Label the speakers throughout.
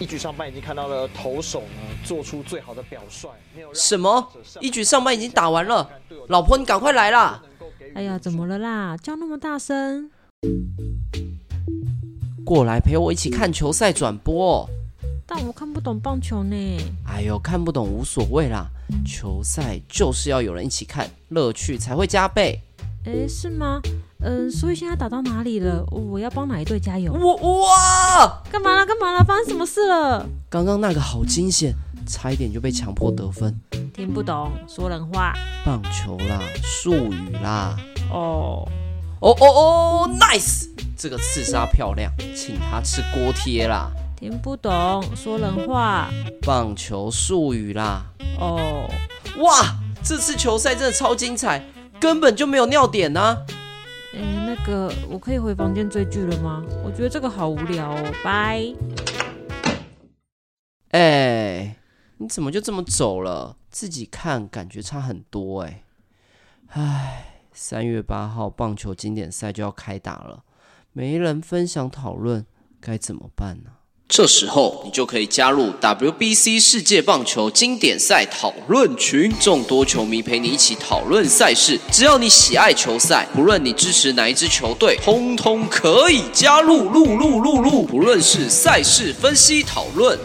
Speaker 1: 一局上半已经看到了投手呢做出最好的表率，没有让
Speaker 2: 什么？一局上半已经打完了，老婆你赶快来啦！
Speaker 3: 哎呀，怎么了啦？叫那么大声！
Speaker 2: 过来陪我一起看球赛转播、哦。
Speaker 3: 但我看不懂棒球呢。
Speaker 2: 哎呦，看不懂无所谓啦，球赛就是要有人一起看，乐趣才会加倍。
Speaker 3: 哎，是吗？嗯、所以现在打到哪里了？我要帮哪一队加油？
Speaker 2: 我哇，
Speaker 3: 干嘛啦？干嘛啦？发生什么事了？
Speaker 2: 刚刚那个好惊险，差一点就被强迫得分。
Speaker 3: 听不懂，说人话
Speaker 2: 棒球啦，术语啦，
Speaker 3: 哦。
Speaker 2: 哦哦哦，nice，这个刺杀漂亮，请他吃锅贴啦。
Speaker 3: 听不懂，说人话
Speaker 2: 棒球术语啦，
Speaker 3: 哦。
Speaker 2: 哇，这次球赛真的超精彩，根本就没有尿点呐、啊
Speaker 3: 哎，那个，我可以回房间追剧了吗？我觉得这个好无聊哦，拜。
Speaker 2: 哎、你怎么就这么走了？自己看感觉差很多哎、唉，三月八号棒球经典赛就要开打了，没人分享讨论，该怎么办呢？这时候你就可以加入 WBC 世界棒球经典赛讨论群，众多球迷陪你一起讨论赛事。只要你喜爱球赛，不论你支持哪一支球队，通通可以加入。录录录录，不论是赛事分析讨论，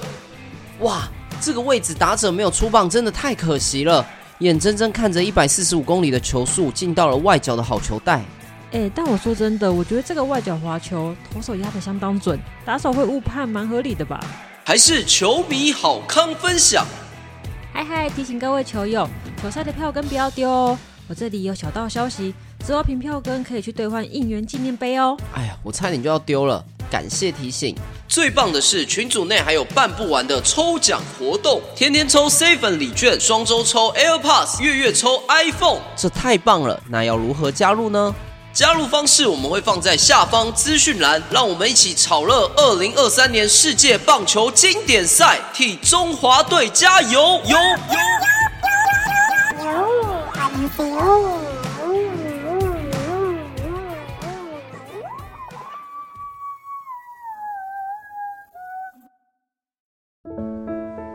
Speaker 2: 哇，这个位置打者没有出棒，真的太可惜了。眼睁睁看着一百四十五公里的球速进到了外角的好球带，
Speaker 3: 哎，但我说真的，我觉得这个外角滑球投手压得相当准，打手会误判，蛮合理的吧？
Speaker 2: 还是球迷好康分享。
Speaker 3: 嗨嗨，提醒各位球友，球赛的票根不要丢哦。我这里有小道消息，之后凭票根可以去兑换应援纪念碑哦。
Speaker 2: 哎呀，我差点就要丢了，感谢提醒。最棒的是，群组内还有办不完的抽奖活动，天天抽 seven 礼券，双周抽 AirPods，月月抽 iPhone，这太棒了！那要如何加入呢？加入方式我们会放在下方资讯栏，让我们一起炒热二零二三年世界棒球经典赛，替中华队加油！油油！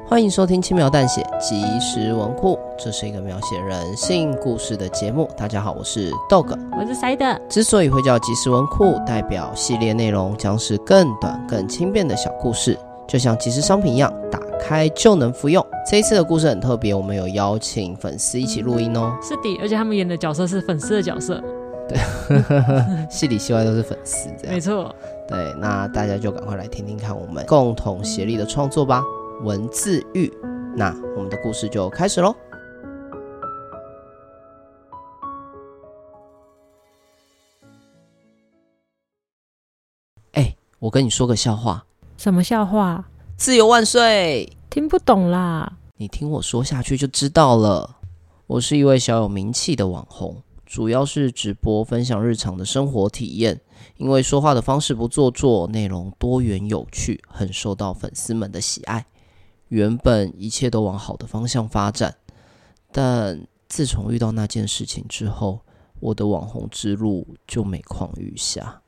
Speaker 2: 欢迎收听《轻描淡写即时文库》，这是一个描写人性故事的节目。大家好，我是 Dog。
Speaker 3: 我是塞的，
Speaker 2: 之所以会叫即时文库，代表系列内容将是更短、更轻便的小故事，就像即时商品一样，打开就能服用。这一次的故事很特别，我们有邀请粉丝一起录音哦，
Speaker 3: 是的，而且他们演的角色是粉丝的角色，
Speaker 2: 戏里戏外都是粉丝这样
Speaker 3: 没。错。
Speaker 2: 对，那大家就赶快来听听看我们共同协力的创作吧，《文字狱》。那我们的故事就开始喽。哎，我跟你说个笑话，
Speaker 3: 什么笑话？
Speaker 2: 自由万岁！
Speaker 3: 听不懂啦。
Speaker 2: 你听我说下去就知道了。我是一位小有名气的网红，主要是直播分享日常的生活体验。因为说话的方式不做作，内容多元有趣，很受到粉丝们的喜爱。原本一切都往好的方向发展，但自从遇到那件事情之后，我的网红之路就每况愈下。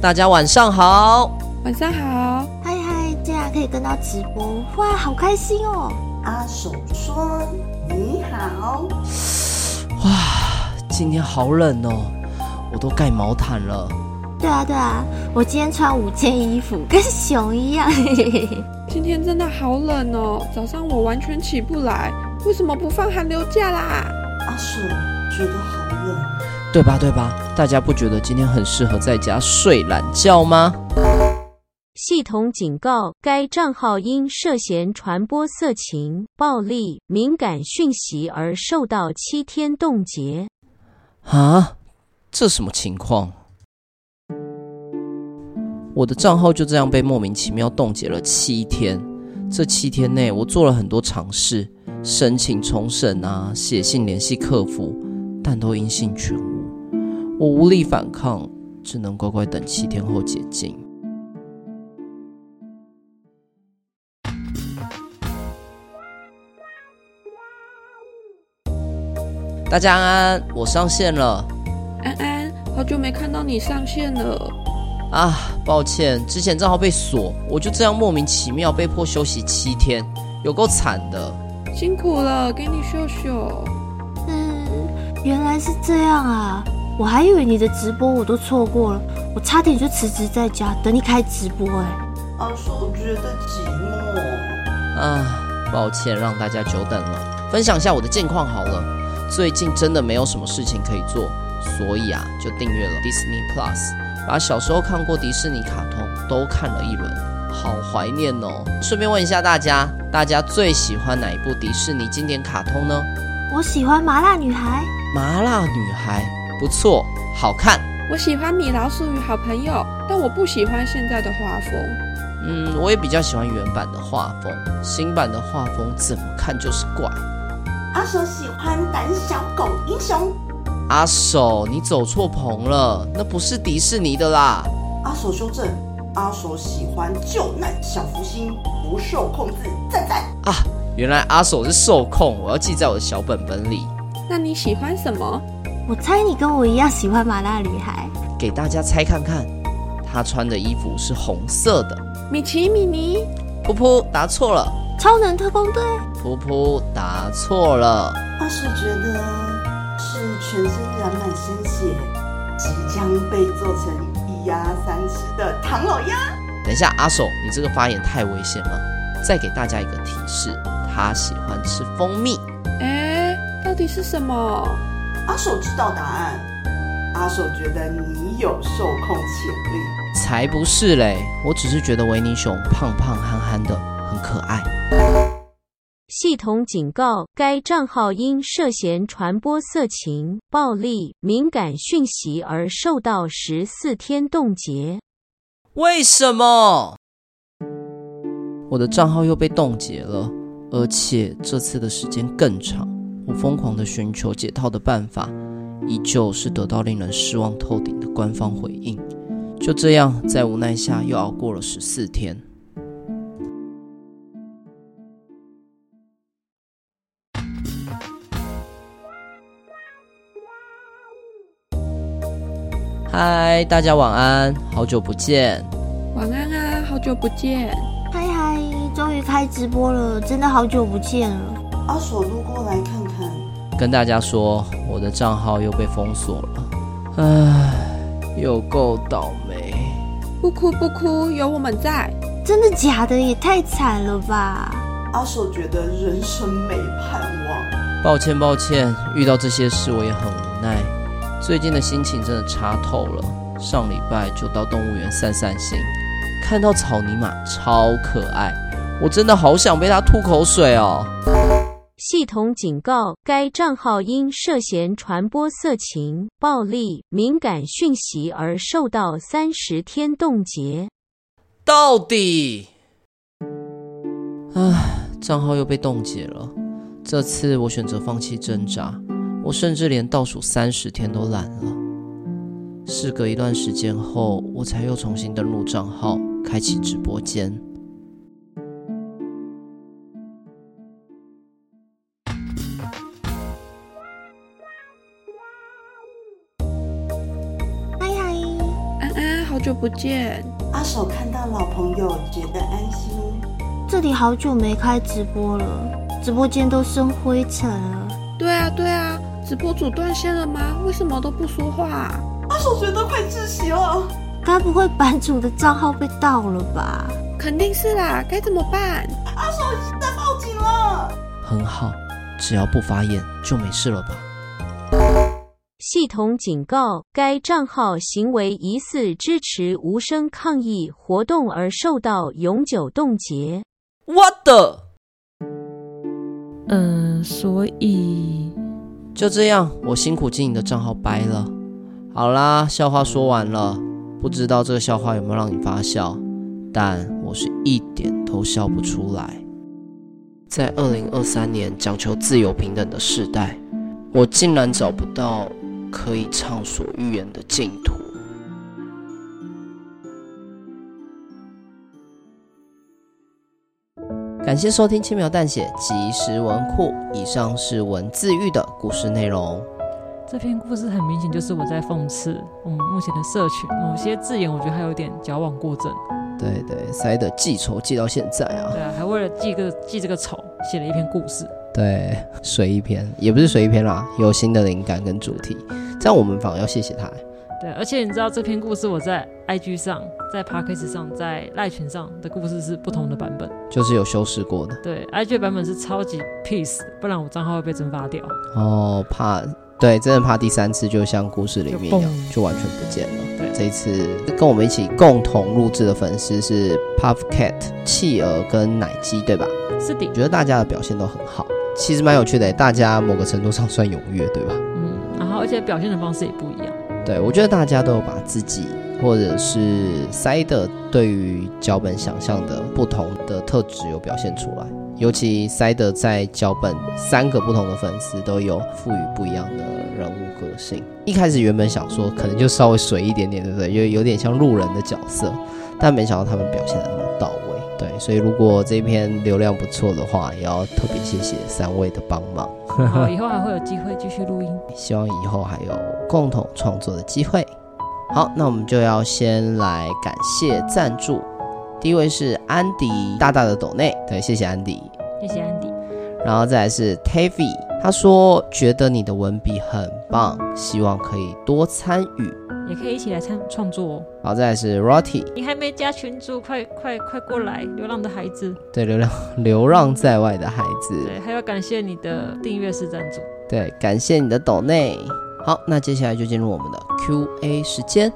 Speaker 2: 大家晚上好。
Speaker 4: 晚上好，
Speaker 5: 嗨嗨，竟然可以跟他直播，哇，好开心哦！阿手说你好，
Speaker 2: 今天好冷哦，我都盖毛毯了。
Speaker 5: 对啊对啊，我今天穿五件衣服，跟熊一样。
Speaker 4: 今天真的好冷哦，早上我完全起不来，为什么不放寒流假啦？
Speaker 6: 阿鼠觉得好冷，
Speaker 2: 对吧？对吧？大家不觉得今天很适合在家睡懒觉吗？
Speaker 7: 系统警告，该账号因涉嫌传播色情、暴力、敏感讯息而受到七天冻结。
Speaker 2: 啊，这什么情况？我的账号就这样被莫名其妙冻结了七天。这七天内，我做了很多尝试，申请重审啊，写信联系客服，但都音信全无。我无力反抗，只能乖乖等七天后解禁。大家安安，我上线了。
Speaker 4: 安安，好久没看到你上线了。
Speaker 2: 啊，抱歉，之前账号被锁，我就这样莫名其妙被迫休息七天，有够惨的。
Speaker 4: 辛苦了，给你秀秀。
Speaker 5: 嗯，原来是这样啊！我还以为你的直播我都错过了，我差点就辞职在家等你开直播哎、
Speaker 8: 二手觉得寂寞，
Speaker 2: 啊，抱歉让大家久等了。分享一下我的近况好了，最近真的没有什么事情可以做，所以啊，就订阅了 Disney Plus，把小时候看过迪士尼卡通都看了一轮，好怀念哦。顺便问一下大家，大家最喜欢哪一部迪士尼经典卡通呢？
Speaker 5: 我喜欢麻辣女孩，
Speaker 2: 麻辣女孩不错，好看。
Speaker 4: 我喜欢米老鼠与好朋友，但我不喜欢现在的画风。
Speaker 2: 嗯，我也比较喜欢原版的画风，新版的画风怎么看就是怪。
Speaker 8: 阿手喜欢胆小狗英雄，
Speaker 2: 阿手，你走错棚了，那不是迪士尼的啦。
Speaker 8: 阿手修正，阿手喜欢救难小福星，不受控制，赞赞。
Speaker 2: 啊，原来阿手是受控，我要记在我的小本本里。
Speaker 4: 那你喜欢什么？
Speaker 5: 我猜你跟我一样喜欢麻辣女孩。
Speaker 2: 给大家猜看看，他穿的衣服是红色的。
Speaker 4: 米奇、米妮、
Speaker 2: 噗噗，答错了。
Speaker 5: 超能特工队，
Speaker 2: 噗噗，答错了。
Speaker 8: 阿手觉得是全身染满鲜血，即将被做成一鸭三吃的唐老鸭。
Speaker 2: 等一下，阿手，你这个发言太危险了。再给大家一个提示，他喜欢吃蜂蜜。
Speaker 4: 哎，到底是什么？
Speaker 8: 阿手知道答案，阿手觉得你有受控潜力。
Speaker 2: 才不是嘞，我只是觉得维尼熊胖胖憨憨的，很可爱。
Speaker 7: 系统警告，该账号因涉嫌传播色情、暴力、敏感讯息而受到十四天冻结。
Speaker 2: 为什么？我的账号又被冻结了，而且这次的时间更长。我疯狂的寻求解套的办法，依旧是得到令人失望透顶的官方回应。就这样，在无奈下又熬过了十四天。嗨，大家晚安，好久不见。
Speaker 4: 晚安啊，好久不见。
Speaker 5: 嗨嗨，终于开直播了，真的好久不见了。
Speaker 8: 阿手路过来看看，
Speaker 2: 跟大家说，我的账号又被封锁了，唉，又够倒霉。
Speaker 4: 不哭不哭，有我们在。
Speaker 5: 真的假的？也太惨了吧！
Speaker 8: 阿手觉得人生没盼望。
Speaker 2: 抱歉抱歉，遇到这些事我也很无奈。最近的心情真的差透了，上礼拜就到动物园散散心，看到草泥马超可爱，我真的好想被它吐口水哦。
Speaker 7: 系统警告，该账号因涉嫌传播色情、暴力、敏感讯息而受到三十天冻结。
Speaker 2: 到底，唉，账号又被冻结了。这次我选择放弃挣扎，我甚至连倒数三十天都懒了。事隔一段时间后，我才又重新登录账号，开启直播间。
Speaker 5: 嗨嗨，哎
Speaker 4: 安安，好久不见。
Speaker 8: 阿手看到老朋友，觉得安心。
Speaker 5: 这里好久没开直播了，直播间都生灰尘了。
Speaker 4: 对啊对啊，直播主断线了吗？为什么都不说话、啊
Speaker 8: 阿手觉得快窒息了。
Speaker 5: 该不会版主的账号被盗了吧？
Speaker 4: 肯定是啦，该怎么办？
Speaker 8: 阿手已经在报警了。
Speaker 2: 很好，只要不发言就没事了吧？
Speaker 7: 系统警告，该账号行为疑似支持无声抗议活动而受到永久冻结。
Speaker 2: 我的，
Speaker 3: 嗯，所以
Speaker 2: 就这样，我辛苦经营的账号掰了。好啦，笑话说完了，不知道这个笑话有没有让你发笑，但我是一点都笑不出来。在二零二三年讲求自由平等的时代，我竟然找不到可以畅所欲言的净土。感谢收听轻描淡写即时文库，以上是文字狱的故事内容。
Speaker 3: 这篇故事很明显就是我在讽刺我们目前的社群，某些字眼我觉得还有点矫枉过正。
Speaker 2: 对对，塞的记仇记到现在啊
Speaker 3: 对，啊，还为了记个记这个仇，写了一篇故事。
Speaker 2: 对，随意篇也不是随意篇啦，有新的灵感跟主题，这样我们反而要谢谢他。
Speaker 3: 对，而且你知道这篇故事我在 IG 上、在 Podcast 上、在赖群上的故事是不同的版本。
Speaker 2: 就是有修饰过的
Speaker 3: 对，IG 的版本是超级 peace，不然我账号会被蒸发掉。
Speaker 2: 哦，怕对，真的怕第三次就像故事里面一
Speaker 3: 就
Speaker 2: 样，
Speaker 3: 蹦
Speaker 2: 就完全不见了。
Speaker 3: 对
Speaker 2: 这一次跟我们一起共同录制的粉丝是 Puff Cat、企鹅跟奶鸡，对吧？
Speaker 3: 是的
Speaker 2: 我，觉得大家的表现都很好，其实蛮有趣的，大家某个程度上算踊跃，对吧？
Speaker 3: 嗯，然后而且表现的方式也不 一样。
Speaker 2: 对，我觉得大家都有把自己或者是塞的对于脚本想象的不同的特质有表现出来，尤其塞的在脚本三个不同的粉丝都有赋予不一样的人物个性。一开始原本想说可能就稍微水一点点，对不对？因为有点像路人的角色，但没想到他们表现的那么到位。对，所以如果这篇流量不错的话，也要特别谢谢三位的帮忙。
Speaker 3: 好，以后还会有机会继续录音。
Speaker 2: 希望以后还有共同创作的机会。好，那我们就要先来感谢赞助，第一位是安迪大大的斗内，对，谢谢安迪。
Speaker 3: 谢谢安迪。
Speaker 2: 然后再来是 Tavi，他说觉得你的文笔很棒，希望可以多参与。
Speaker 3: 也可以一起来参创作哦。
Speaker 2: 然后再来是 Rotty，
Speaker 3: 你还没加群主，快快快过来！流浪的孩子，
Speaker 2: 对，流浪流浪在外的孩子，
Speaker 3: 对，还要感谢你的订阅式赞助。
Speaker 2: 对，感谢你的斗内。好，那接下来就进入我们的 Q&A 时间。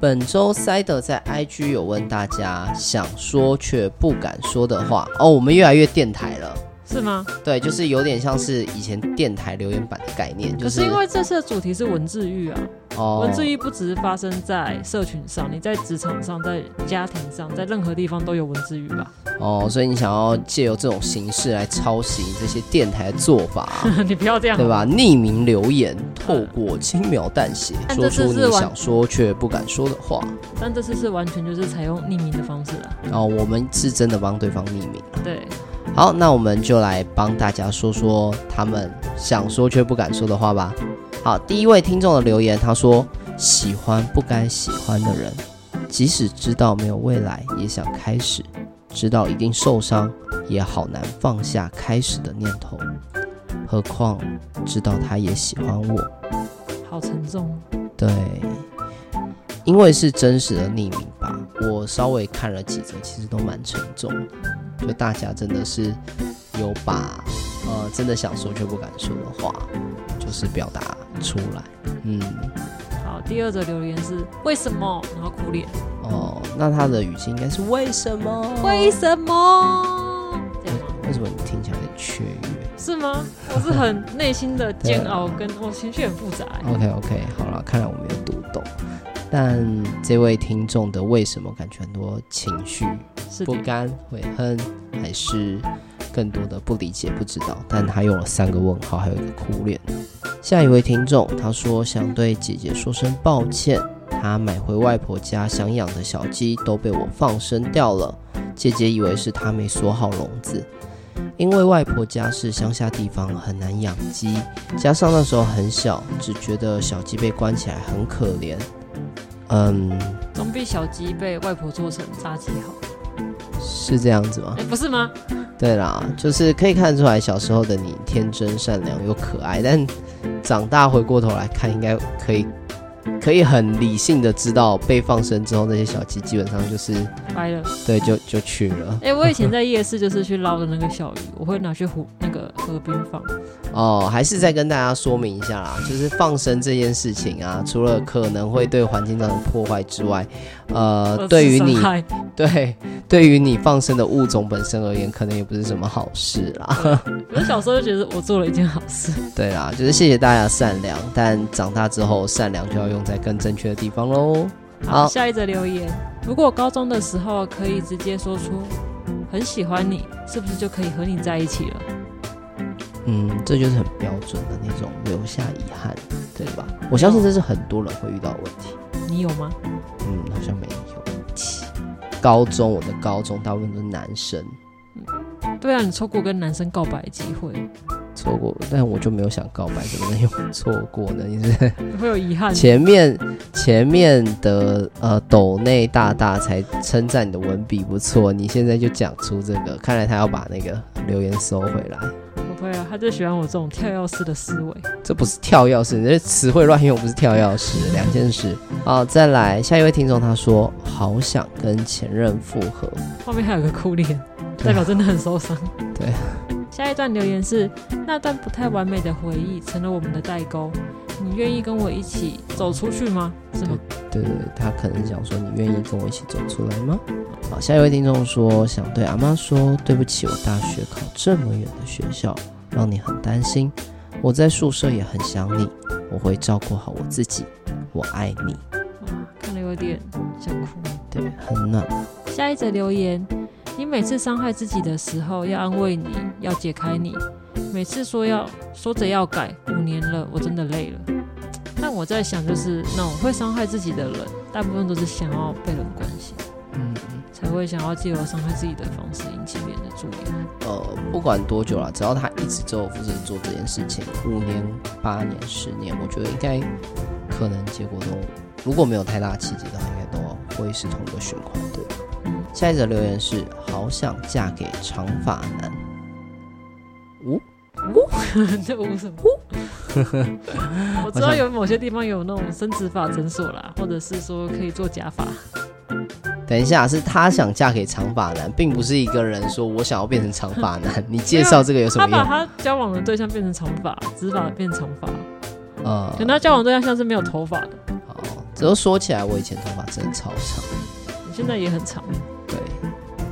Speaker 2: 本周 Side 在 IG 有问大家想说却不敢说的话哦，我们越来越电台了，
Speaker 3: 是吗？
Speaker 2: 对，就是有点像是以前电台留言板的概念，就
Speaker 3: 嗯可是因为这次的主题是文字狱啊，
Speaker 2: 哦，
Speaker 3: 文字狱不只是发生在社群上，你在职场上、在家庭上，在任何地方都有文字狱吧？
Speaker 2: 哦，所以你想要借由这种形式来抄袭这些电台的做 法、
Speaker 3: 你不要这样，
Speaker 2: 对吧？？匿名留言，透过轻描淡写
Speaker 3: 但
Speaker 2: 说
Speaker 3: 这次
Speaker 2: 出
Speaker 3: 是
Speaker 2: 你
Speaker 3: 完
Speaker 2: 想说却不敢说的话。
Speaker 3: 但这次是完全就是采用匿名的方式啊。
Speaker 2: 哦，我们是真的帮对方匿名。
Speaker 3: 对，
Speaker 2: 好，那我们就来帮大家说说他们想说却不敢说的话吧。好，第一位听众的留言，他说：“喜欢不该喜欢的人，即使知道没有未来，也想开始；知道一定受伤，也好难放下开始的念头。何况知道他也喜欢我，
Speaker 3: 好沉重。
Speaker 2: 对，因为是真实的匿名吧，我稍微看了几则，其实都蛮沉重的。就大家真的是有把呃真的想说却不敢说的话，就是表达出来。嗯，
Speaker 3: 好，第二则留言是为什么？然后哭脸，
Speaker 2: 哦，那他的语气应该是为什么？
Speaker 3: 为什么？这样吗
Speaker 2: 为什么你听起来有点雀跃
Speaker 3: 是吗？我是很内心的煎熬，跟我情绪很复杂、欸。
Speaker 2: ？OK OK，好了，看来我没有读懂。但这位听众的为什么感觉很多情绪
Speaker 3: 是
Speaker 2: 不
Speaker 3: 的，
Speaker 2: 甘、悔恨，还是更多的不理解、不知道。但他用了三个问号，还有一个哭脸。下一位听众他说想对姐姐说声抱歉，她买回外婆家想养的小鸡都被我放生掉了，姐姐以为是她没锁好笼子。因为外婆家是乡下地方，很难养鸡，加上那时候很小，只觉得小鸡被关起来很可怜。嗯，
Speaker 3: 总比小鸡被外婆做成炸鸡好。
Speaker 2: 哦是这样子吗
Speaker 3: 哎、？不是 吗？
Speaker 2: 对啦，就是可以看出来小时候的你天真善良又可爱，但长大回过头来看，应该可以可以很理性的知道，被放生之后那些小鸡基本上就是
Speaker 3: 掰了。
Speaker 2: 对就就去了
Speaker 3: 哎、我以前在夜市就是去捞的那个小鱼，我会拿去湖那个河边放。
Speaker 2: 哦。还是再跟大家说明一下啦，就是放生这件事情啊，除了可能会对环境造成破坏之外，呃，对于你
Speaker 3: 二次伤害
Speaker 2: 对对于你放生的物种本身而言，可能也不是什么好事啦。
Speaker 3: 我小时候就觉得我做了一件好 事。
Speaker 2: 对啦，就是谢谢大家的善良，但长大之后善良就要用在更正确的地方喽。好
Speaker 3: 下一则留言，如果高中的时候可以直接说出很喜欢你，是不是就可以和你在一起了？
Speaker 2: 嗯，这就是很标准的那种留下遗憾，对吧？我相信这是很多人会遇到的问题。
Speaker 3: 你有吗？
Speaker 2: 嗯，好像没有。高中我的高中大部分都是男生，
Speaker 3: 对啊，你错过跟男生告白的机会。
Speaker 2: 错错过，但我就没有想告白，怎么能有错过呢？你 是
Speaker 3: 会有遗憾。
Speaker 2: 前面前面的呃斗内大大才称赞你的文笔不错，你现在就讲出这个，看来他要把那个留言收回来。
Speaker 3: 不会啊，他就喜欢我这种跳跃式的思维。
Speaker 2: 这不是跳钥匙，你这词汇乱用，不是跳钥匙，两件事。好，再来下一位听众，他说好想跟前任复合，
Speaker 3: 后面还有个哭脸，代表真的很受伤。
Speaker 2: 对。
Speaker 3: 下一段留言是：那段不太完美的回忆成了我们的代沟，你愿意跟我一起走出去吗？什么？
Speaker 2: 对对，对他可能想说你愿意跟我一起走出来吗？好，下一位听众说想对阿妈说对不起，我大学考这么远的学校，让你很担心。我在宿舍也很想你，我会照顾好我自己，我爱你。
Speaker 3: 啊看了有点想哭。
Speaker 2: 对，很暖。
Speaker 3: 下一则留言：你每次伤害自己的时候，要安慰你，要解开你，每次说要说着要改，五年了，我真的累了。但我在想，就是那种会伤害自己的人，大部分都是想要被人关心，
Speaker 2: 嗯，
Speaker 3: 才会想要借由伤害自己的方式引起别人的注意。
Speaker 2: 呃，不管多久了，只要他一直周而复始地做这件事情，五年、八年、十年，我觉得应该可能结果都如果没有太大契机的话，应该都会是同一个循环。对，下一则留言是：好想嫁给长发男。呜、
Speaker 3: 这无什么。我知道有某些地方有那种生殖法诊所啦，或者是说可以做假发。
Speaker 2: 等一下，是他想嫁给长发男，并不是一个人说我想要变成长发男。你介绍这个有什
Speaker 3: 他
Speaker 2: 么
Speaker 3: 把
Speaker 2: 用？
Speaker 3: 他交往的对象变成长发，直发变长发，
Speaker 2: 呃
Speaker 3: 可能，他交往对象像是没有头发的。
Speaker 2: 好，哦只要说起来，我以前头发真的超长，
Speaker 3: 你现在也很长。
Speaker 2: 对，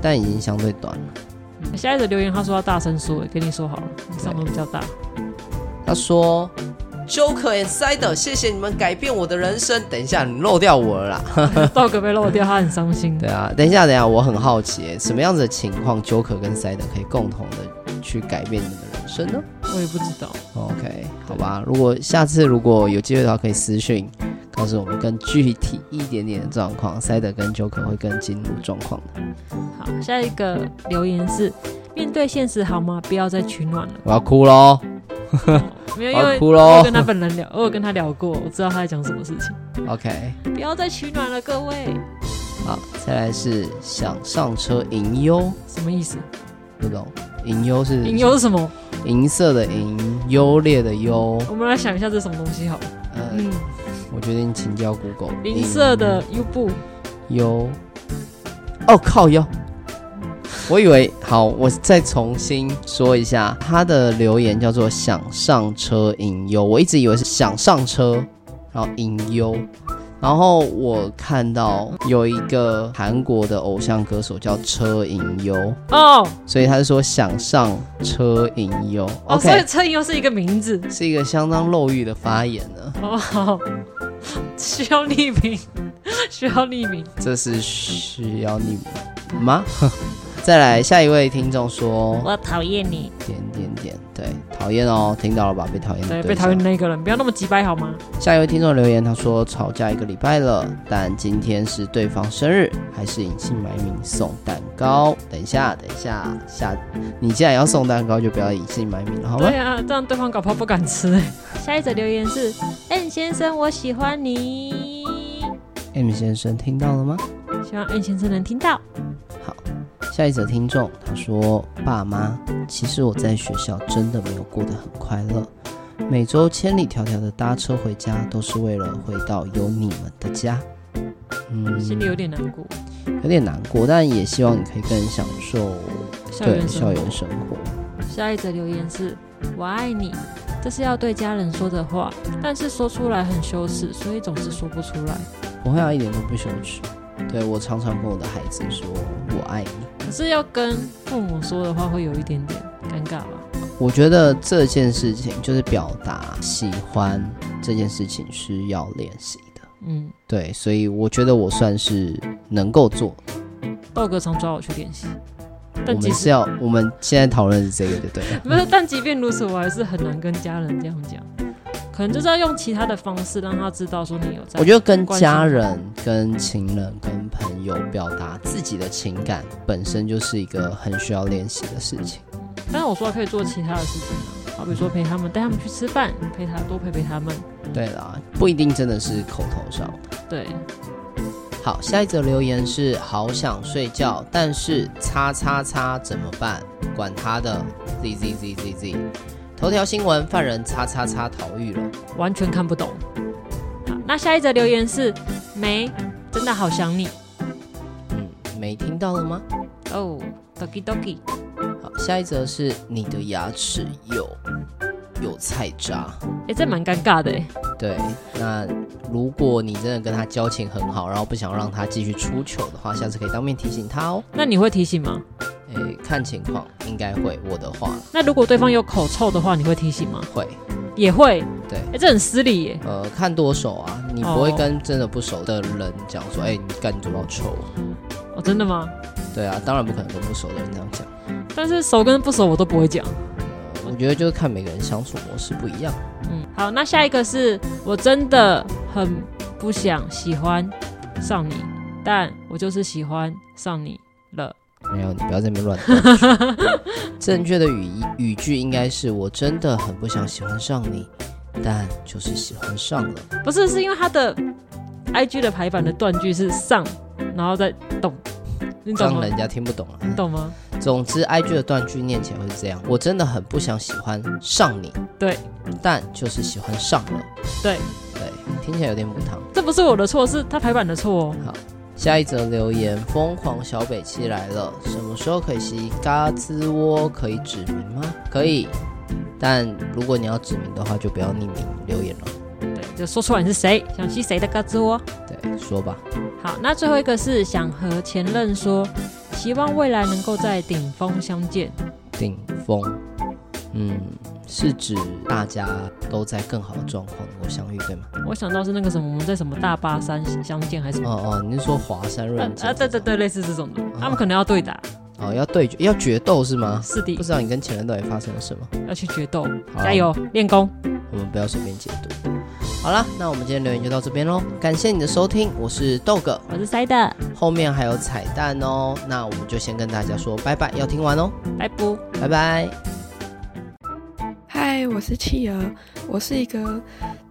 Speaker 2: 但已经相对短了。
Speaker 3: 下一则留言他说要大声说，跟你说好了，你嗓门比较大。
Speaker 2: 他说：“Joker and Side，谢谢你们改变我的人生。”等一下，你漏掉我了啦。
Speaker 3: 道哥被漏掉，他很伤心。
Speaker 2: 对啊，等一下，等一下，我很好奇，什么样子的情况 Joker 跟 Side 可以共同的去改变你们的人生呢
Speaker 3: 我也不知道，
Speaker 2: ？OK，好吧，如果下次如果有机会的话，可以私讯告诉我们更具体一点点的状况，Side 跟 Joker 会更进入状况的。
Speaker 3: 好，下一个留言是面对现实好吗？不要再取暖了。
Speaker 2: 我要哭喽！
Speaker 3: 没有，
Speaker 2: 我
Speaker 3: 因
Speaker 2: 要
Speaker 3: 为
Speaker 2: 哭
Speaker 3: 我
Speaker 2: 喽
Speaker 3: 有跟他本人聊，我有跟他聊过，我知道他在讲什么事情。
Speaker 2: OK，
Speaker 3: 不要再取暖了，各位，
Speaker 2: 好，再来是想上车迎优，
Speaker 3: 什么意思？
Speaker 2: 不懂，迎优是
Speaker 3: 隐忧是什么？
Speaker 2: 银色的银，优劣的优。
Speaker 3: 我们来想一下这是什么东西好了。
Speaker 2: 嗯
Speaker 3: 嗯，，
Speaker 2: 我决定请教 Google。
Speaker 3: 银色的优步，
Speaker 2: 优，哦靠腰。我以为好，我再重新说一下，他的留言叫做“想上车隐忧”，我一直以为是想上车，然后隐忧，然后我看到有一个韩国的偶像歌手叫车隐忧，
Speaker 3: 哦
Speaker 2: 所以他是说想上车隐忧。
Speaker 3: 哦，所以
Speaker 2: OK，
Speaker 3: 车银忧是一个名字
Speaker 2: 是一个相当漏欲的发言呢。
Speaker 3: 哦，好需要匿名， 需要匿名。
Speaker 2: 这是需要你吗？ 再来，下一位听众说，
Speaker 3: 我讨厌你，
Speaker 2: 点点点，对，讨厌哦，听到了吧？被讨厌的
Speaker 3: 对，
Speaker 2: 对
Speaker 3: 被讨厌的
Speaker 2: 象。
Speaker 3: 那个人，不要那么急掰好吗？
Speaker 2: 下一位听众留言，他说吵架一个礼拜了，但今天是对方生日，还是隐姓埋名送蛋糕？等一下，等一下，下，你既然要送蛋糕，就不要隐姓埋名了，好吗
Speaker 3: 对？啊，这样对方搞不好不敢吃、下一则留言是：N 先生，我喜欢你。
Speaker 2: m 先生听到了吗？
Speaker 3: 希望 N 先生能听到。
Speaker 2: 下一则听众他说：“爸妈，其实我在学校真的没有过得很快乐，每周千里迢迢的搭车回家，都是为了回到有你们的家。嗯，
Speaker 3: 心里有点难过。
Speaker 2: 有点难过，但也希望你可以更享受
Speaker 3: 校
Speaker 2: 对
Speaker 3: 园生
Speaker 2: 校
Speaker 3: 活
Speaker 2: 园生活。
Speaker 3: 下一则留言是：我爱你。这是要对家人说的话，但是说出来很羞耻，所以总是说不出来。
Speaker 2: 不会啊，一点都不羞耻。对我常常跟我的孩子说我爱你。
Speaker 3: 可是要跟父母说的话，会有一点点尴尬吧？
Speaker 2: 我觉得这件事情就是表达喜欢这件事情是要练习的。”
Speaker 3: 嗯，
Speaker 2: 对，所以我觉得我算是能够做。
Speaker 3: 豆哥常抓我去练习，
Speaker 2: 我
Speaker 3: 但即
Speaker 2: 们是
Speaker 3: 使
Speaker 2: 要，我们现在讨论的是这个，对不对了？
Speaker 3: 不是，但即便如此，我还是很难跟家人这样讲。可能就是要用其他的方式让他知道说你有在。
Speaker 2: 我觉得跟
Speaker 3: 关心
Speaker 2: 家人、跟情人、跟朋友表达自己的情感，本身就是一个很需要练习的事情。
Speaker 3: 但是我说可以做其他的事情啊，好比说陪他们，带他们去吃饭，陪他多陪陪他们。
Speaker 2: 对啦，不一定真的是口头上。
Speaker 3: 对，
Speaker 2: 好，下一则留言是好想睡觉，但是叉叉叉怎么办？管他的，z z z z z。头条新闻：犯人叉叉叉逃狱了。
Speaker 3: 完全看不懂。好，那下一则留言是梅，真的好想你
Speaker 2: 嗯，没听到了吗？
Speaker 3: 哦，doggy doggy。
Speaker 2: 好，下一则是你的牙齿有有菜渣。
Speaker 3: 哎、这蛮尴尬的哎。
Speaker 2: 对，那如果你真的跟他交情很好，然后不想让他继续出糗的话，下次可以当面提醒他哦。
Speaker 3: 那你会提醒吗？
Speaker 2: 诶，哎看情况，应该会。我的话
Speaker 3: 那如果对方有口臭的话，你会提醒吗？
Speaker 2: 会，
Speaker 3: 也会。
Speaker 2: 对。
Speaker 3: 哎、这很失礼耶。
Speaker 2: 呃，看多熟啊，你不会
Speaker 3: 哦
Speaker 2: 跟真的不熟的人讲说，哎、你干你嘴巴好臭哦。
Speaker 3: 哦，真的吗？
Speaker 2: 对啊，当然不可能跟不熟的人这样讲。
Speaker 3: 但是熟跟不熟我都不会讲。
Speaker 2: 我觉得就是看每个人相处模式不一样。
Speaker 3: 嗯，好，那下一个是我真的很不想喜欢上你，但我就是喜欢上你了。
Speaker 2: 没有，你不要在那边乱断句。正确的语语句应该是：我真的很不想喜欢上你，但就是喜欢上了。
Speaker 3: 不是，是因为他的 IG 的排版的断句是上，然后再动，你懂
Speaker 2: 让
Speaker 3: 吗？
Speaker 2: 人家听不懂啊。
Speaker 3: 你懂吗？
Speaker 2: 总之，IG 的断句念起来会是这样：我真的很不想喜欢上你，
Speaker 3: 对，
Speaker 2: 但就是喜欢上了，
Speaker 3: 对，
Speaker 2: 对，听起来有点母汤。
Speaker 3: 这不是我的错，是他排版的错、哦。
Speaker 2: 下一则留言：疯狂小北七来了，什么时候可以吸嘎吱窝？可以指名吗？可以，但如果你要指名的话，就不要匿名留言了。
Speaker 3: 对，就说出来你是谁，想吸谁的胳肢窝。
Speaker 2: 对，说吧，
Speaker 3: 好，那最后一个是想和前任说，希望未来能够在顶峰相见。
Speaker 2: 顶峰，嗯，是指大家都在更好的状况能够相遇，对吗？
Speaker 3: 我想到是那个什么，我们在什么大巴山相见还是什么？
Speaker 2: 哦哦，你是说华山
Speaker 3: 啊
Speaker 2: 论剑
Speaker 3: 嗯啊，对对对，类似这种
Speaker 2: 啊
Speaker 3: 的，他们可能要对打，
Speaker 2: 哦，要对决，要决斗是吗？
Speaker 3: 是的
Speaker 2: 啊不，知道你跟前任到底发生了什么，
Speaker 3: 要去决斗，
Speaker 2: 好
Speaker 3: 加油练功。
Speaker 2: 我们不要随便解读。好啦，那我们今天留言就到这边喽，感谢你的收听，我是豆哥，
Speaker 3: 我是塞的，
Speaker 2: 后面还有彩蛋哦，那我们就先跟大家说拜拜，要听完哦，
Speaker 3: 拜拜。
Speaker 2: 拜拜。
Speaker 4: 嗨，我是企鹅，我是一个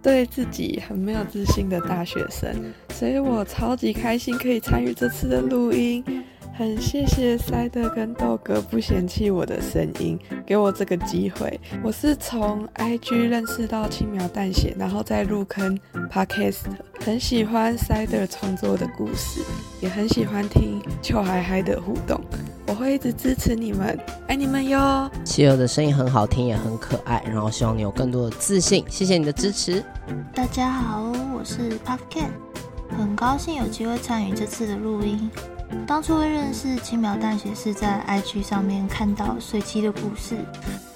Speaker 4: 对自己很没有自信的大学生，所以我超级开心可以参与这次的录音，很谢谢塞德跟豆哥不嫌弃我的声音，给我这个机会。我是从 IG 认识到轻描淡写，然后再入坑 Podcast，很喜欢塞德创作的故事，也很喜欢听邱海海的互动，我会一直支持你们，爱你们哟。
Speaker 2: 企鹅的声音很好听，也很可爱，然后希望你有更多的自信，谢谢你的支持。
Speaker 5: 大家好，我是 Puff Cat，很高兴有机会参与这次的录音。当初会认识轻描淡写是在 IG 上面看到随机的故事，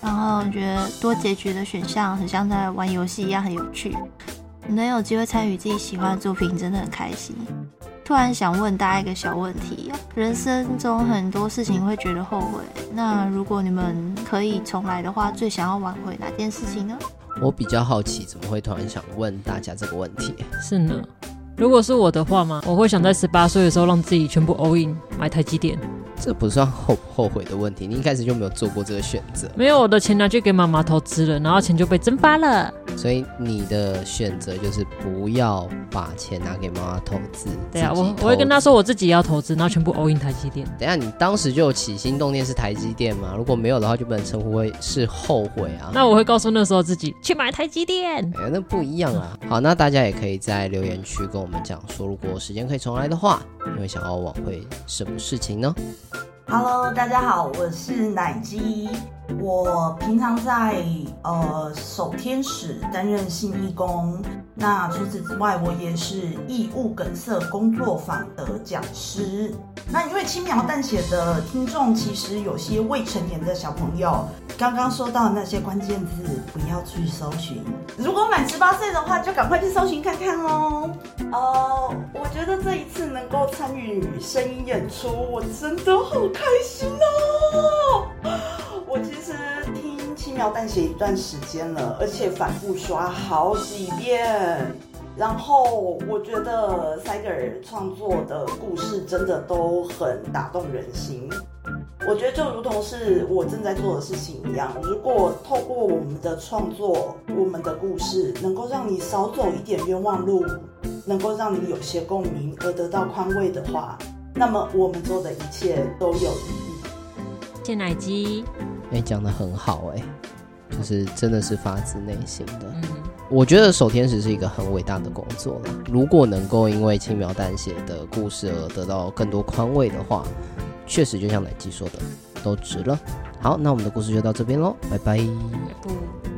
Speaker 5: 然后觉得多结局的选项很像在玩游戏一样很有趣。能有机会参与自己喜欢的作品，真的很开心。突然想问大家一个小问题：人生中很多事情会觉得后悔，那如果你们可以重来的话，最想要挽回哪件事情呢？
Speaker 2: 我比较好奇，怎么会突然想问大家这个问题？
Speaker 3: 是呢，如果是我的话嘛，我会想在十八岁的时候让自己全部 all in 买台积电，
Speaker 2: 这不算后不后悔的问题，你一开始就没有做过这个选择，
Speaker 3: 没有我的钱拿去给妈妈投资了，然后钱就被蒸发了。
Speaker 2: 所以你的选择就是不要把钱拿给妈妈投资。
Speaker 3: 对啊，
Speaker 2: 自己
Speaker 3: 我
Speaker 2: 投啊
Speaker 3: 我会跟他
Speaker 2: 资
Speaker 3: 说我自己要投资，然后全部 all in 台积电。
Speaker 2: 等一下，你当时就有起心动念是台积电吗？如果没有的话，就不能称呼为是后悔啊。
Speaker 3: 那我会告诉那时候自己去买台积电。
Speaker 2: 哎、那不一样啊。好，那大家也可以在留言区跟我们讲说，如果时间可以重来的话，你会想要挽回什么事情呢？
Speaker 8: Hello，大家好，我是奶鸡。我平常在呃守天使担任性义工，那除此之外，我也是义务梗塞工作坊的讲师。那因为轻描淡写的听众，其实有些未成年的小朋友，刚刚说到的那些关键字，不要去搜寻。如果满十八岁的话，就赶快去搜寻看看喽。哦，我觉得这一次能够参与声音演出，我真的好开心哦！我其实听轻描淡写一段时间了，而且反复刷好几遍。然后我觉得塞格尔创作的故事真的都很打动人心。我我觉得就如同是我正在做的事情一样，如果透过我们的创作、我们的故事，能够让你少走一点冤枉路，能够让你有些共鸣而得到宽慰的话，那么我们做的一切都有意义。
Speaker 9: 谢奶鸡，
Speaker 2: 哎、讲的很好、哎，就是真的是发自内心的。
Speaker 3: 嗯，
Speaker 2: 我觉得守天使是一个很伟大的工作啦。如果能够因为轻描淡写的故事而得到更多宽慰的话，确实就像奶基说的，都值了。好，那我们的故事就到这边喽，拜拜。
Speaker 3: 不。